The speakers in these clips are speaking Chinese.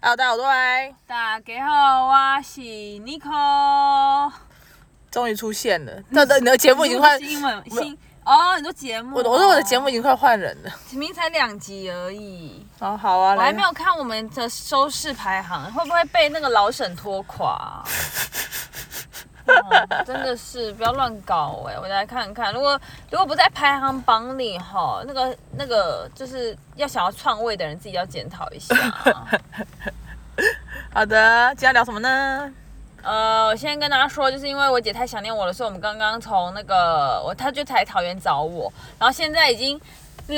Hello，大家啊好，我是歪大家好，我是 Nico。终于出现了。这的你的节目已经快，新闻新哦，你说节目？哦我的我说我的节目已经快换人了。明明才两集而已，好好啊，我还没有看我们的收视排行，会不会被那个老沈拖垮 啊、哦真的是不要乱搞哎、我来看看，如果如果不在排行榜里哈，那个那个就是要想要篡位的人自己要检讨一下。啊好的，今天要聊什么呢？呃，我先跟大家说，就是因为我姐太想念我了，所以我们刚刚从那个我她就来桃园找我，然后现在已经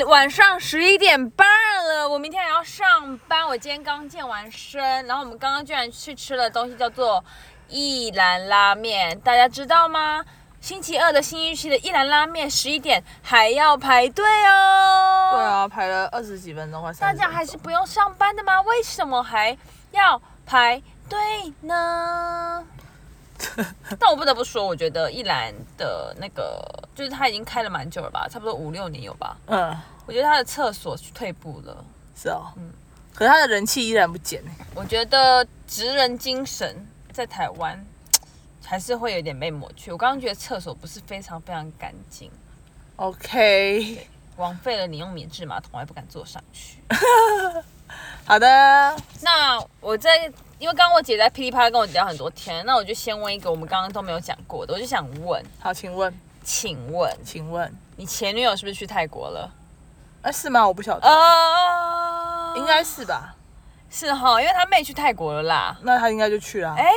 晚上十一点半了，我明天还要上班，我今天刚健完身，然后我们刚刚居然去吃了东西叫做一兰拉面，大家知道吗？星期二的新一期的一兰拉面十一点还要排队哦。对啊，排了二十几分钟，快大三。家还是不用上班的吗？为什么还要排队呢？但我不得不说，我觉得一兰的那个就是他已经开了蛮久了吧，差不多五六年有吧。嗯，我觉得他的厕所退步了，是哦。可是他的人气依然不减欸我觉得职人精神在台湾还是会有点被抹去。我刚刚觉得厕所不是非常非常干净， OK， 枉费了你用免治马桶，我还不敢坐上去。好的，那我在，因为刚刚我姐在噼里啪啦跟我聊很多天，那我就先问一个我们刚刚都没有讲过的，我就想问，好，请问，请问请问，你前女友是不是去泰 国了？哎、是吗？我不晓得，哦，应该是吧？是哈，因为她妹去泰国了啦。那他应该就去了。啊哎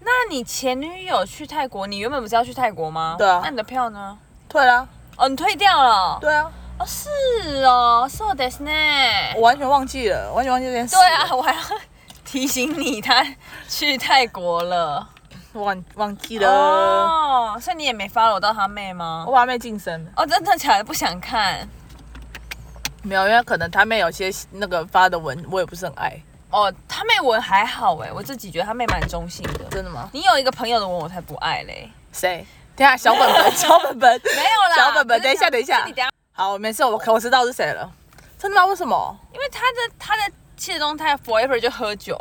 那你前女友去泰国，你原本不是要去泰国吗？对啊那你的票呢？退啦，哦，你退掉了。啊对啊，哦，是哦，是的是呢。我完全忘记了，完全忘记这件事。对啊，，我还要提醒你，她去泰国了。忘忘记了。哦，所以你也没 follow 到她妹吗？我把妹晋升了，哦，真的假的？不想看。没有，因为可能他妹有些那个发的文，我也不是很爱。哦，他妹我还好哎，我自己觉得他妹蛮中性的。真的吗？你有一个朋友的我，我才不爱嘞。谁？等一下，小本本，小本本，没有啦，小本本。可等一是下，他等一下你。等一下， 好，没事，我我知道是谁了。真的吗？为什么？因为他的他的气中态 forever 就喝酒，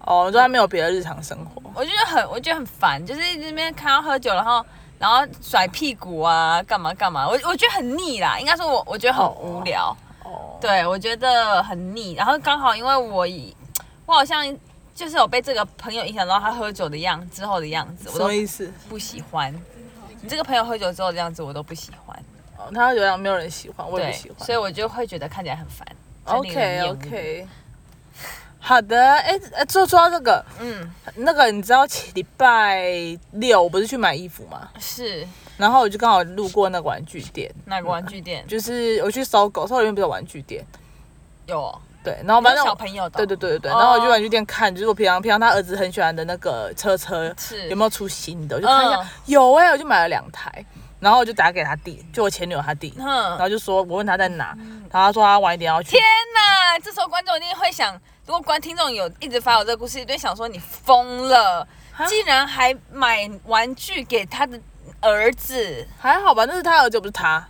哦，你说他没有别的日常生活。我就觉得很我觉得很烦，就是一直那边看他喝酒，然后然后甩屁股啊，干嘛干嘛，我我觉得很腻啦。应该说我我觉得很哦无聊。哦，对，我觉得很腻。然后刚好因为我以我好像就是有被这个朋友影响到他喝酒的样之后的样子，我什都么意思？不喜欢。你这个朋友喝酒之后的样子我都不喜欢，哦，他流量没有人喜欢，我也对不喜，欢所。以我就会觉得看起来很烦。真的很 OK 厌恶 OK。好的，哎、哎，说说到这个，嗯，那个你知道前礼拜六我不是去买衣服嘛，是然后我就刚好路过那个玩具店，那个玩具店、就是我去搜狗，搜狗里面不是有玩具店，有哦，对，然后有反正小我朋友的哦、对对对对对，哦然后我去玩具店看，就是我平常平常他儿子很喜欢的那个车车是有没有出新的，我就看一下，嗯有哎、我就买了两台，然后我就打给他弟，就我前女友他弟，然哼，后就说我问他在哪，然后他说他晚一点要去天，哪！这时候观众一定会想，如果观听众有一直发我这个故事，一定想说你疯了，竟然还买玩具给他的儿子，还好吧，那是他儿子又不是他，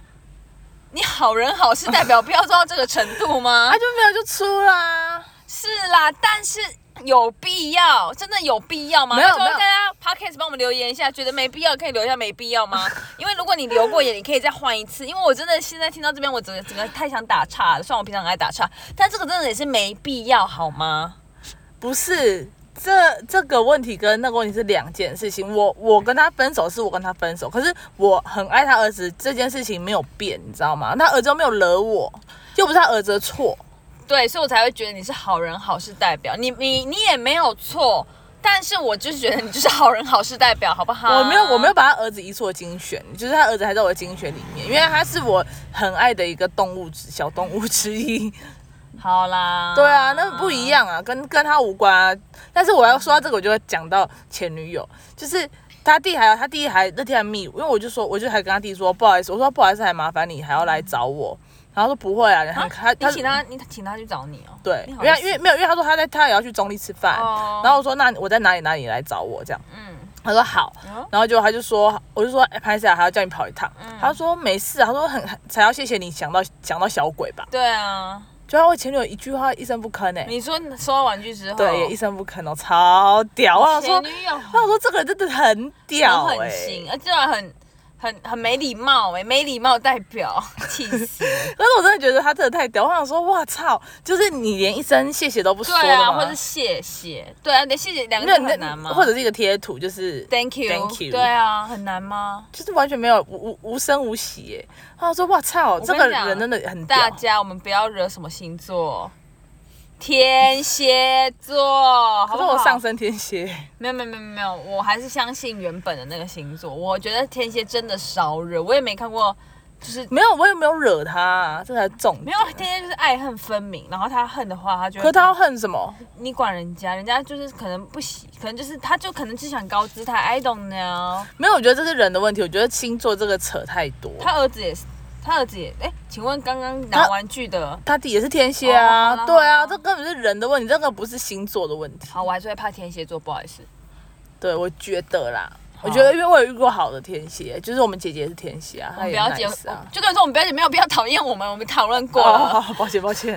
你好人好事代表不要做到这个程度吗他？就没有就出啦，是啦，但是有必要，真的有必要吗？没有拜托没有大家 podcast 帮我们留言一下，觉得没必要可以留一下没必 要吗？因为如果你留过眼，你可以再换一次。因为我真的现在听到这边，我整个整个太想打岔了。虽然我平常很爱打岔，但这个真的也是没必要，好吗？不是。这这个问题跟那个问题是两件事情。我我跟他分手是我跟他分手，可是我很爱他儿子这件事情没有变，你知道吗？他儿子又没有惹我，又不是他儿子的错。对，所以我才会觉得你是好人好事代表，你你你也没有错。但是我就是觉得你就是好人好事代表，好不好？我没有，我啊没有把他儿子移出我精选，就是他儿子还在我的精选里面，因为他是我很爱的一个动物之小动物之 一。好啦。对啊，那不一样啊，跟跟他无关啊。但是我要说到这个，我就会讲到前女友，就是他弟还有他弟还那天还密我，因为我就说，我就还跟他弟说不好意思，我说不好意思，还麻烦你还要来找我，然后他说不会啊，你很啊他你请他，你请他去找你哦。对，你因好意为思因为没有，因为他说他在他也要去中立吃饭，哦啊然后我说那我在哪里哪里来找我这样。嗯，他说好嗯，然后就他就说，我就说哎，拍下来还要叫你跑一趟，他说没事啊，他说很才要谢谢你想到想到小鬼吧，对啊，就他为前女友一句话一声不吭哎、 你说收到玩具之后，对，也一声不吭哦，超屌！我想说前，女友我想说这个人真的很屌很哎、狠心，而且很很很没礼貌哎、没礼貌代 表，气死了！但是我真的觉得他真的太屌，我想说，哇操，就是你连一声谢谢都不说对的啊，吗或者谢谢，对啊，连谢谢两没有个字你很难吗？或者是一个贴图，就是 Thank you，, Thank you 对啊，很难吗？就是完全没有无无无声无息耶。然后我说哇操，跟你这讲个人真的很屌。大家我们不要惹什么星座，天蝎座，好可不是好？我上升天蝎， 没有没有没有没有，我还是相信原本的那个星座。我觉得天蝎真的少惹，我也没看过，就是没有我也没有惹他、啊这才重点。没有天蝎就是爱恨分明，然后他恨的话，他就会可他要恨什么？你管人家，人家就是可能不喜，可能就是他就可能只想高姿态，I don't know。没有，我觉得这是人的问题。我觉得星座这个扯太多。他儿子也是，他儿子也哎，请问刚刚拿他玩具的，他弟也是天蝎啊，哦好啦对啊，好啦这根本是人的问题，这个不是星座的问题。好，我还是会怕天蝎座，不好意思。对，我觉得啦，我觉得因为我有遇过好的天蝎，就是我们姐姐是天蝎啊，我她们也表姐 nice 啊。就跟你说，我们表姐没有必要讨厌我们，我们讨论过哦了。，抱歉抱 歉，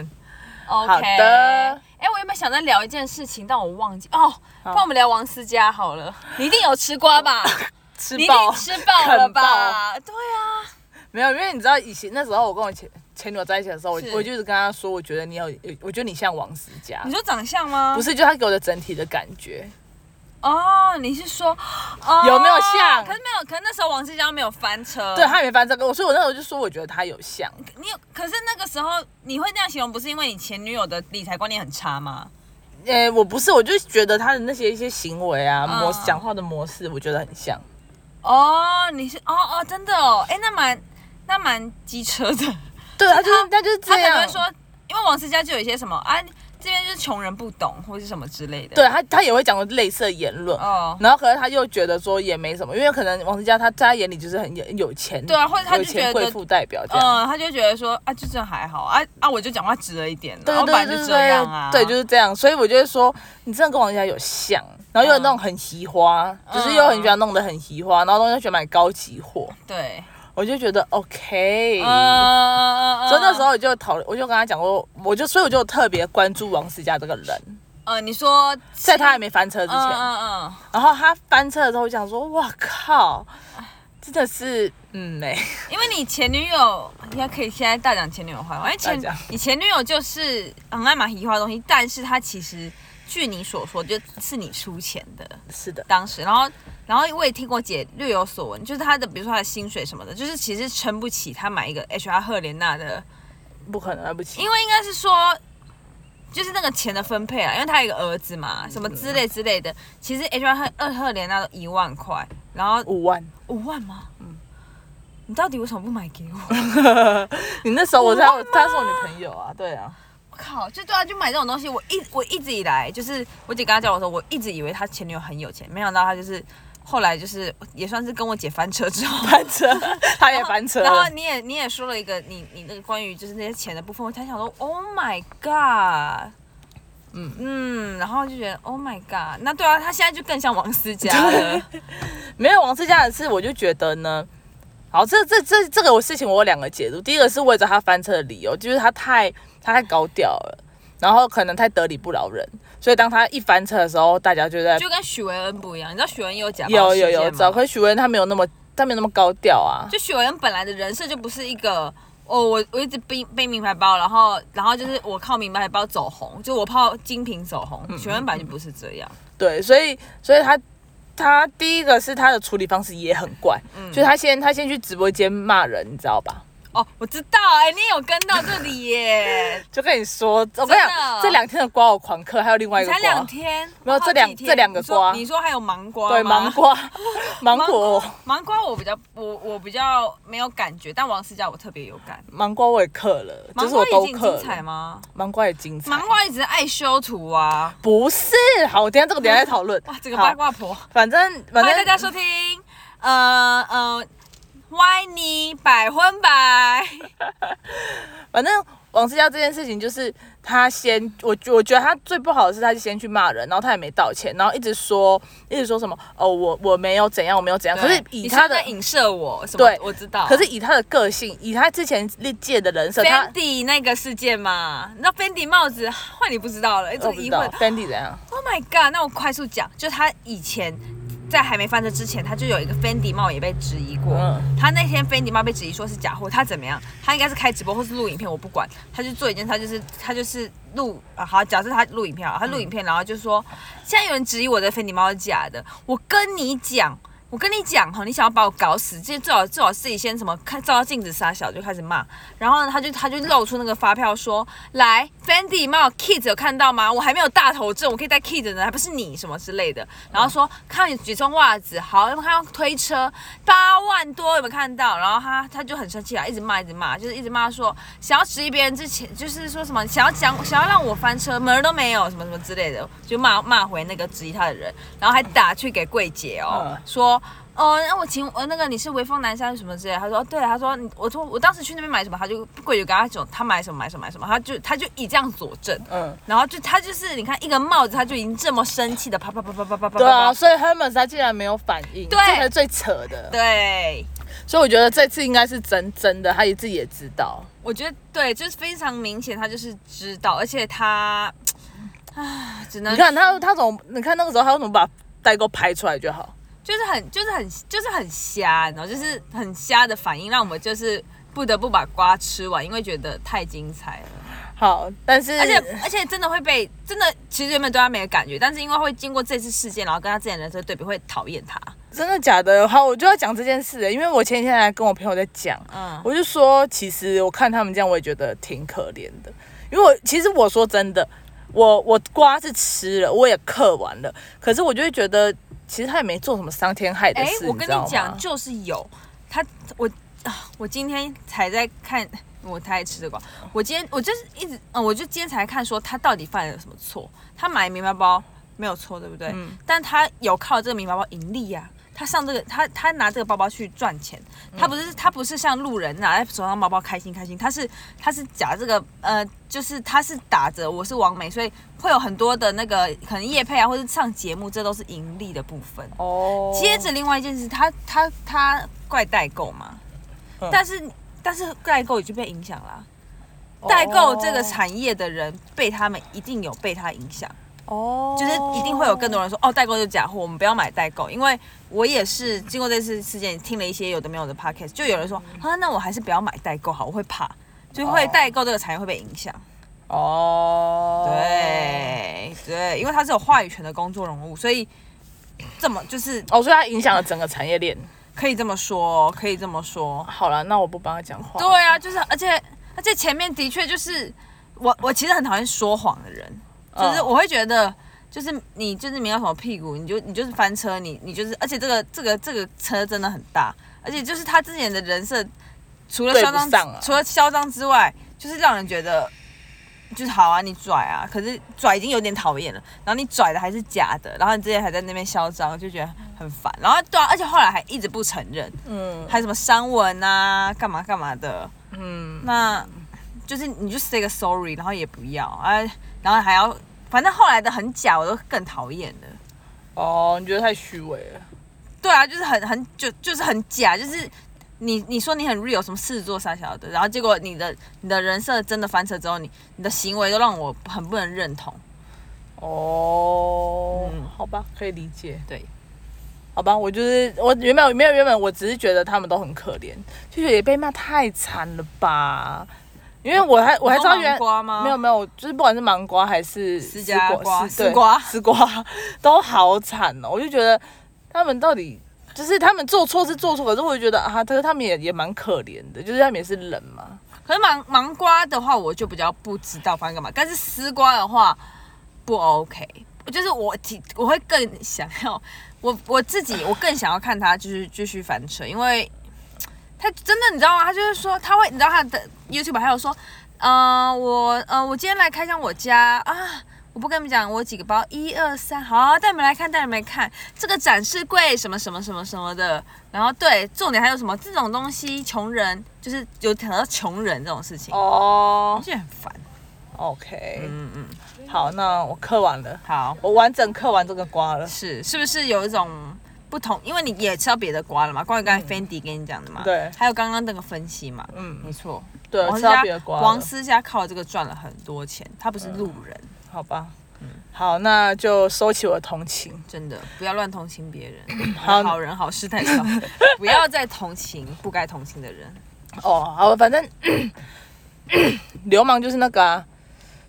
OK。哦好的哎，我原本想再聊一件事情，但我忘记哦。不然我们聊王思佳好了。你一定有吃瓜 吧？吃你一爆定吃饱了 啃吧？对啊。没有，因为你知道以前那时候我跟我前前女友在一起的时候，我是我就是跟她说，我觉得你有，我觉得你像王思佳你，说长相吗？不是是，就她给我的整体的感觉，哦，你是说哦有没有像可是没有，可是那时候王思佳没有翻车。对她也没翻这个，所以我那时候就说我觉得她有像，你有，可是那个时候你会这样形容，不是因为你前女友的理财观念很差吗？诶、我不是，我就觉得她的那些一些行为啊，嗯模式讲话的模式，我觉得很像，哦，你是哦哦，真的哦，哎，那蛮那蛮机车的。对，啊她就是她就是他这可能样会，说，因为王思佳就有一些什么啊，这边就是穷人不懂或是什么之类的。，对她她也会讲过类似的言论。哦，然后，可是她又觉得说也没什么，因为可能王思佳她在她眼里就是很有有钱，对啊或者她就有钱觉得贵妇代表这样，嗯，他就觉得说啊，就这样还好啊啊，我就讲话直了一点，对然后本对来对就对这样啊，对，就是这样。所以我就会说，你真的跟王家有像，然后又有那嗯种很奇花，就是又很喜欢弄得很奇花，然后东西喜欢买高级货，对，我就觉得 OK。嗯嗯嗯，所以那时候我就讨论，我就跟他讲过，我就所以我就特别关注王思佳这个人，呃，你说在他还没翻车之嗯前，嗯嗯，然后他翻车的时候，我想说，哇靠，真的是，嗯哎、因为你前女友应该可以现在大讲前女友坏话，因为前大讲你前女友就是很爱买移花的东西，但是她其实据你所说就是你出钱的，是的，当时，然后然后我也听过姐略有所闻，就是她的比如说她的薪水什么的，就是其实撑不起她买一个 HR 赫莲娜的，不可能，对不起因，为应该是说。就是那个钱的分配啊，因为她有一个儿子嘛，什么之类之类的。其实 HR 赫二赫莲娜都一万块，然后五万。五万吗？嗯，你到底为什么不买给我？你那时候我才五万吗她是我女朋友啊，对啊， 我靠，就对啊，就买这种东西。我一我一直以来就是我姐跟他交往的时候，我一直以为他前女友很有钱，没想到他就是后来就是也算是跟我姐翻车之 后，翻车，她也翻车了。然后你也你也说了一个你你那个关于就是那些钱的部分，我才想说，Oh my god。嗯嗯，然后就觉得 Oh my God，那对啊，他现在就更像王思 佳了。没有王思佳的事，我就觉得呢，好，这这这这个事情我有两个解读。第一个是为了他翻车的理由，就是他太他太高调了，然后可能太得理不饶人，所以当他一翻车的时候，大家就在就跟许维恩不一样，你知道许维恩也有假包有事有件有吗找。可是许文他没有那么他没有那么高调啊，就许维恩本来的人设就不是一个哦，我我一直背背名牌包，然后然后就是我靠名牌包走红，就我靠精品走红。嗯许维恩本来就不是这样，对，所以所以他。他第一个是他的处理方式也很怪，嗯就是他先他先去直播间骂人，你知道吧？，哦，我知道，哎、你也有跟到这里耶就跟你说，我跟你讲，这两天的瓜我狂嗑， 还有另外一哦你个才瓜，两天，没有好这两几天这两个你说瓜你说还有芒瓜，对芒， 瓜芒芒果瓜，芒瓜我比较我我比较没有感觉，但王思佳我特别有感。芒瓜我也刻了，就芒是瓜我已都经刻精彩了。吗？芒瓜也精彩，芒瓜一直爱修图啊！不是好，我等一下这个等一下再讨论。哇，这个八好，卦婆。反正反欢迎大正家收听，呃呃，歪你百分百，反正王思佳这件事情，就是他先，我觉我觉得他最不好的是，他是先去骂人，然后他也没道歉，然后一直说一直说什么哦，我我没有怎样，我没有怎样。呃可是对以你他是的在，影射我，什么对我知道。可是以他的个性，以他之前历届的人设，哦他 Fendi 那个事件嘛，那 Fendi 帽子换你不知道了，一直我不疑知惑道。Fendi 怎样， Oh my god！那我快速讲，就他以前在还没翻车之前，他就有一个 Fendi 帽也被质疑过。嗯他那天 Fendi 帽被质疑说是假货，他怎么样？他应该是开直播或是录影片，我不管。他就做一件事，他就是他就是录啊，好，假设他录影片啊好了，他录影片，然后就说现在有人质疑我的 Fendi 帽是假的，我跟你讲。我跟你讲哈，你想要把我搞死，这最好最好自己先什么看照到镜子傻小就开始骂，然后呢，他就他就露出那个发票说，来 Fendi 帽 Kids 有看到吗？我还没有大头症，我可以戴 Kids 呢，还不是你什么之类的。然后说看你几双袜子，好，有没有看到推车八万多有没有看到？然后他他就很生气啊，一直骂一直骂，就是一直骂说想要质疑别人之前，就是说什么想要讲想要让我翻车，门儿都没有什么什么之类的，就骂骂回那个质疑他的人，然后还打去给柜姐哦，嗯说。哦，那我请呃那个你是微风南山什么之类的，他说哦对，他说你我说我当时去那边买什么，他就柜姐跟他讲他买什么买什么买什么，他就他就以这样佐证，嗯，然后就他就是你看一个帽子他就已经这么生气的啪啪啪啪啪啪啪啪，对啊，所以 Hermes 他竟然没有反应，这对才是最扯的。对，所以我觉得这次应该是真真的，他也自己也知道。我觉得对，就是非常明显，他就是知道，而且他，啊，只能你看他他总，你看那个时候他怎么把代购拍出来就好。就是很就是很就是很瞎，然后就是很瞎的反应，让我们就是不得不把瓜吃完，因为觉得太精彩了。好，但是而且而且真的会被真的，其实原本对他没有感觉，但是因为会经过这次事件，然后跟他之前的人生对比，会讨厌他。真的假的？好，我就要讲这件事了，欸因为我前几天还跟我朋友在讲，嗯，我就说，其实我看他们这样，我也觉得挺可怜的。因为我其实我说真的，我我瓜是吃了，我也嗑完了，可是我就会觉得，其实他也没做什么伤天害的哎、事，我跟知道你吗讲，就是有他，我啊，我今天才在看，我太爱吃这个。我今天我就是一直，嗯，我就今天才看说他到底犯了什么错。他买名牌包没有错，对不对？嗯但他有靠这个名牌包盈利呀、他上这个，他他拿这个包包去赚钱，嗯他不是他不是像路人拿在手上包包开心开心，他是他是夹这个呃，就是他是打着我是王美，所以会有很多的那个可能业配啊，或者上节目，这都是盈利的部分。哦，接着另外一件事，他他他怪代购嘛，嗯但是但是代购已经被影响啦、哦代购这个产业的人被他们一定有被他影响，哦，就是一定会有更多人说哦，代购就假货，我们不要买代购。因为我也是经过这次事件，听了一些有的没有的 podcast，就有人说啊，那我还是不要买代购好，我会怕，就会哦代购这个产业会被影响。哦，。对对，因为他是有话语权的公众人物，所以这么就是哦，所以它影响了整个产业链。可以这么说，可以这么说。好了，那我不帮他讲话。对啊，就是而且而且前面的确就是我我其实很讨厌说谎的人，嗯，就是我会觉得。就是你，就是没有什么屁股，你就你就是翻车，你你就是，而且这个这个这个车真的很大，而且就是他之前的人设，除了对嚣不张，上啊除了嚣张之外，就是让人觉得，就是好啊，你拽啊，可是拽已经有点讨厌了，然后你拽的还是假的，然后你之前还在那边嚣张，就觉得很烦，然后对啊，而且后来还一直不承认，嗯还有什么删文啊，干嘛干嘛的，嗯，那就是你就 say 个 sorry，然后也不要啊，然后还要，反正后来的很假，我都更讨厌了。哦，你觉得太虚伪了。对啊，就是很很就就是很假，就是你你说你很 real，什么事做傻小的，然后结果你的你的人设真的翻车之后，你你的行为都让我很不能认同。哦，嗯好吧，可以理解。对，好吧，我就是我原本没有原本，我只是觉得他们都很可怜，就觉得也被骂太惨了吧。因为我还我还知道你说原盲瓜吗没有没有，就是不管是芒瓜还是丝瓜瓜丝对丝瓜丝瓜都好惨哦。我就觉得他们到底就是他们做错是做错，可是我就觉得啊，可是他们也也蛮可怜的，就是他们也是人嘛。可是芒芒瓜的话，我就比较不知道翻干嘛，但是丝瓜的话不 OK，就是我提我会更想要我我自己我更想要看他就是继续翻车，因为他真的你知道吗？他就是说他会，你知道他的 YouTube 还有说，呃，我呃我今天来开箱我家啊。我不跟你们讲，我有几个包，一二三，好，带你们来看，带你们来看这个展示柜什么什么什么什么的。然后对，重点还有什么？这种东西，穷人就是有谈到穷人这种事情，哦哎就很烦。 ，OK，嗯嗯，好，那我刻完了，好，我完整刻完这个瓜了。是是不是有一种不同？因为你也吃到别的瓜了嘛，关于刚才 Fendi 跟你讲的嗯嘛，对还有刚刚那个分析嘛，嗯，没错。对，王吃思到佳别的瓜了。王思佳靠这个赚了很多钱，他不是路人，好吧，嗯好，那就收起我的同情。真的不要乱同情别 人，好好人好事太 少，不要再同情不该同情的人。哦，好，反正 流氓就是那个啊，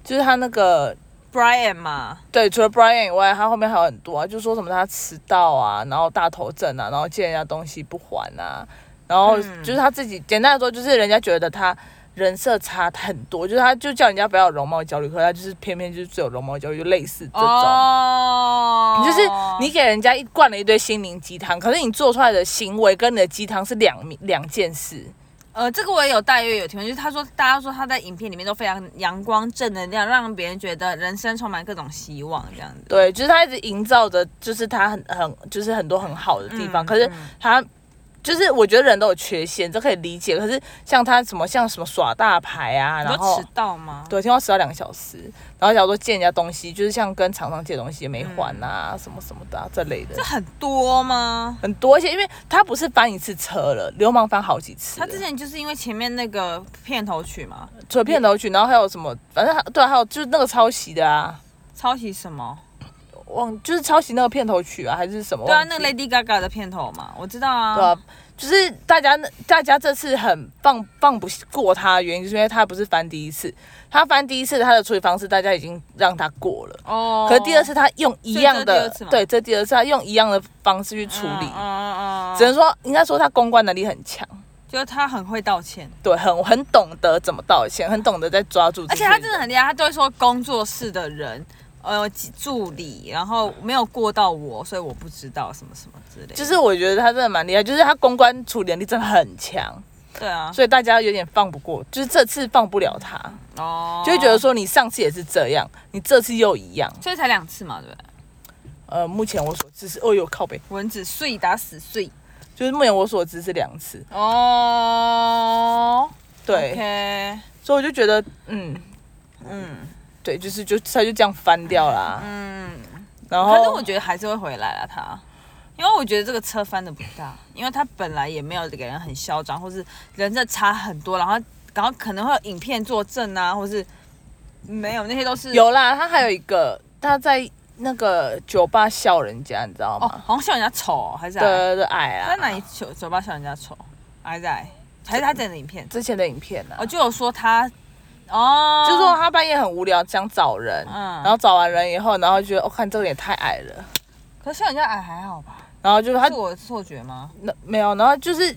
就是他那个 Brian 嘛，对，除了 Brian 以外，他后面还有很多啊，就说什么他迟到啊，然后大头症啊，然后借人家东西不还啊，然后嗯就是他自己，简单来说就是人家觉得他人设差很多，就是他就叫人家不要有容貌焦虑，可是他就是偏偏就是只有容貌焦虑，就类似这种。哦就是你给人家一灌了一堆心灵鸡汤，可是你做出来的行为跟你的鸡汤是两面两件事。呃，这个我也有大约有听闻，就是他说大家说他在影片里面都非常阳光正能量，让别人觉得人生充满各种希望这样子。对，就是他一直营造着，就是他很很就是很多很好的地方，嗯可是嗯他就是我觉得人都有缺陷，这可以理解。可是像他什么像什么耍大牌啊，你然说后迟到吗？对，听说迟到两个小时，然后假如说借人家东西，就是像跟厂商借东西也没还啊，嗯什么什么的、啊、这类的这。很多吗？很多，而且因为他不是翻一次车了，流氓翻好几次了。他之前就是因为前面那个片头曲嘛，除了片头曲，然后还有什么？反正还对啊、还有就是那个抄袭的啊，抄袭什么？忘就是抄袭那个片头曲啊，还是什么？对啊，忘记那个 Lady Gaga 的片头嘛，我知道啊。对啊，就是大家大家这次很放放不过他，原因就是因为他不是翻第一次，他翻第一次他的处理方式大家已经让他过了，哦。可是第二次他用一样所以这是第的二次，嘛对，这第二次他用一样的方式去处理嗯，嗯嗯嗯，只能说应该说他公关能力很强。就是他很会道歉，对，很很懂得怎么道歉，很懂得在抓住这而些且人。他真的很厉害，他都会说工作室的人。呃，助理，然后没有过到我，所以我不知道什么什么之类的。就是我觉得他真的蛮厉害，就是他公关处理能力真的很强。对啊，所以大家有点放不过，就是这次放不了他，哦，就会觉得，说你上次也是这样，你这次又一样。所以才两次嘛，对不对？呃，目前我所知是，哦呦靠北，蚊子碎打死碎。就是目前我所知是两次，哦，对 OK，所以我就觉得，嗯，嗯对，就是就他就这样翻掉啦。嗯，然可是后我觉得还是会回来啦，啊他，因为我觉得这个车翻的不大，因为他本来也没有给人很嚣张，或是人这差很多，然后然后可能会有影片作证啊，或是没有那些都是有啦，他还有一个他在那个酒吧笑人家，你知道哦，吗？好像笑人家丑哦还是对矮，对对，矮啊他在哪啦。里酒酒吧笑人家丑，还是矮，还是他整的影片，之前的影片呢、啊哦，，就有说他，哦，就是说他半夜很无聊，想找人，嗯然后找完人以后，然后觉得哦，看这个也太矮了，可是笑人家矮还好吧？然后就是他是我的错觉吗？那没有，然后就是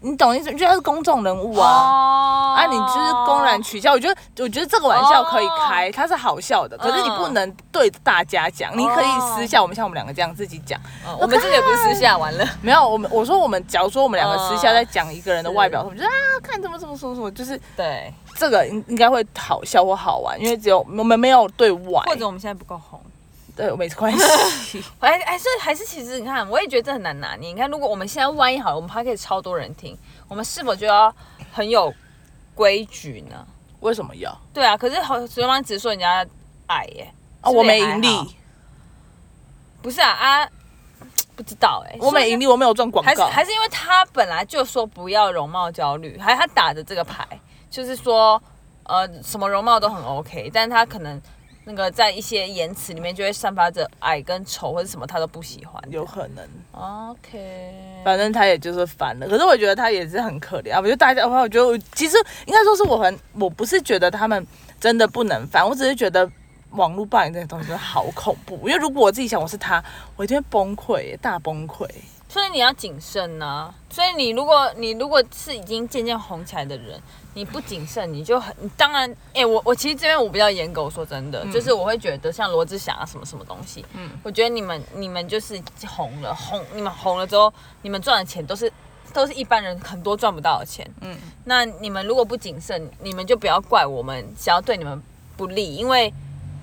你懂意思，就他是公众人物啊。哦啊，你就是公然取笑，我觉得，我觉得这个玩笑可以开，它是好笑嗯的，可是你不能对着大家讲，你可以私下，我们像我们两个这样自己讲。嗯我们这个也不是私下玩了，没有，我们我说我们，假如说我们两个私下嗯在讲一个人的是外表，我们就啊，看怎么怎么说什么，就是 对，这个应应该会好笑或好玩，因为只有我们没有对外，或者我们现在不够红。对没关 系，还还是哎还是，其实你看，我也觉得这很难拿捏。你看，如果我们现在万一好了，我们 p o d 超多人听，我们是否就要很有规矩呢？为什么要对啊，可是好，流氓只是说人家矮耶、啊？是不是我没也还盈利，好不是啊啊，不知道哎、我没盈利，我没有赚广还是告，还是因为他本来就说不要容貌焦虑，还他打的这个牌就是说，呃，什么容貌都很 OK，但他可能那个在一些言辞里面就会散发着矮跟丑或者什么他都不喜欢。有可能。 OK，反正他也就是烦了。可是我觉得他也是很可怜啊。我觉得大家，我觉得我其实应该说是我很，我不是觉得他们真的不能烦，我只是觉得网络霸凌这些东西真的好恐怖。因为如果我自己想我是他，我一定会崩溃，大崩溃。所以你要谨慎呐、所以你如果你如果是已经渐渐红起来的人，你不谨慎，你就很你当然，哎、我我其实这边我比较严格，我说真的，就是我会觉得像罗志祥啊什么什么东西，嗯，我觉得你们你们就是红了，红你们红了之后，你们赚的钱都是都是一般人很多赚不到的钱，嗯，那你们如果不谨慎，你们就不要怪我们想要对你们不利，因为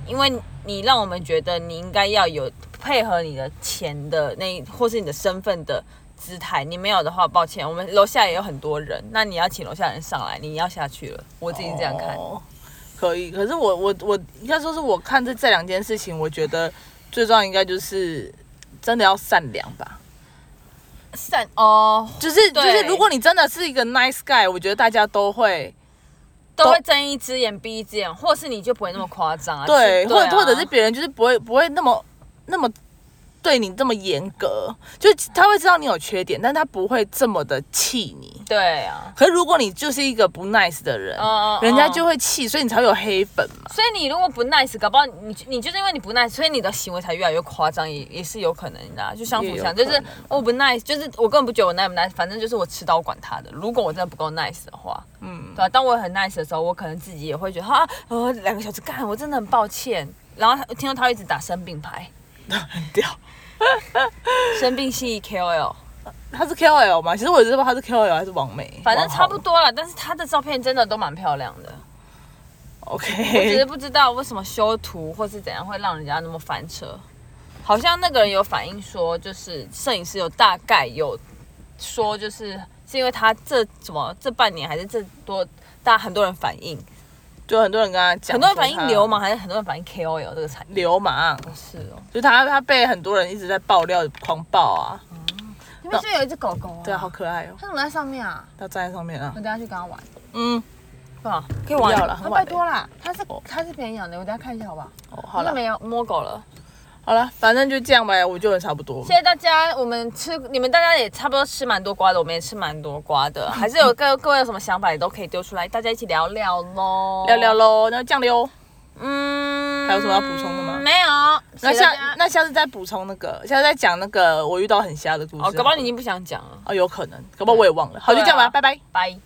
因为你让我们觉得你应该要有配合你的钱的那，或是你的身份的姿态。你没有的话，抱歉，我们楼下也有很多人，那你要请楼下人上来，你要下去了。我自己是这样看。哦可以，可是我我我应该说是我看这这两件事情，我觉得最重要应该就是真的要善良吧。善哦，就是就对是，如果你真的是一个 nice guy，我觉得大家都会都会睁一只眼闭一只眼，或是你就不会那么夸张啊。对，是或啊或者是别人就是不会不会那么那么对你这么严格，就是他会知道你有缺点，但他不会这么的气你。对啊。可是如果你就是一个不 nice 的人，嗯嗯人家嗯就会气，所以你才会有黑粉嘛。所以你如果不 nice，搞不好你你就是因为你不 nice，所以你的行为才越来越夸张，也也是有可能的、啊。就相也处有相，就可是能我不 nice，就是我根本不觉得我 nice 不 nice，反正就是我吃刀管他的。如果我真的不够 nice 的话，嗯，对啊，当我很 nice 的时候，我可能自己也会觉得啊，呃，两个小时干，我真的很抱歉。然后他听到他一直打生病牌，很屌。生病系 KOL，他是 KOL 吗？其实我也知道他是 KOL 还是网媒，反正网红差不。多了。但是他的照片真的都蛮漂亮的，我只是 OK，不知道为什么修图或是怎样会让人家那么翻车。好像那个人有反映说，就是摄影师有大概有说，就是是因为他这什么这半年还是这多，大很多人反映，就很多人跟他讲，很多人反说他映流氓，还是很多人反映 KOL 这个产业。流氓，是哦，就他他被很多人一直在爆料狂爆啊，那边是不是有一只狗狗、啊？对啊，好可爱哦，它怎么在上面啊？他站在上面啊我，等下去跟它玩，嗯，吧？可以不玩要了啊很晚拜了托啦，它是哦它是别人养的，我等下看一下好不好？哦，好真的了没有摸狗了。好了，反正就这样呗，我觉得很差不多谢。谢大家，我们吃你们大家也差不多吃蛮多瓜的，我们也吃蛮多瓜的，还是有各各位有什么想法也都可以丢出来，大家一起聊聊喽，聊聊，喽，那酱溜，嗯，还有什么要补充的吗没有，那谢谢大家下那下次再补充那个，下次再讲那个我遇到很瞎的故事。哦，搞不好你已经不想讲了，哦，有可能，搞不好我也忘了。好，就这样吧，对啊拜拜。拜。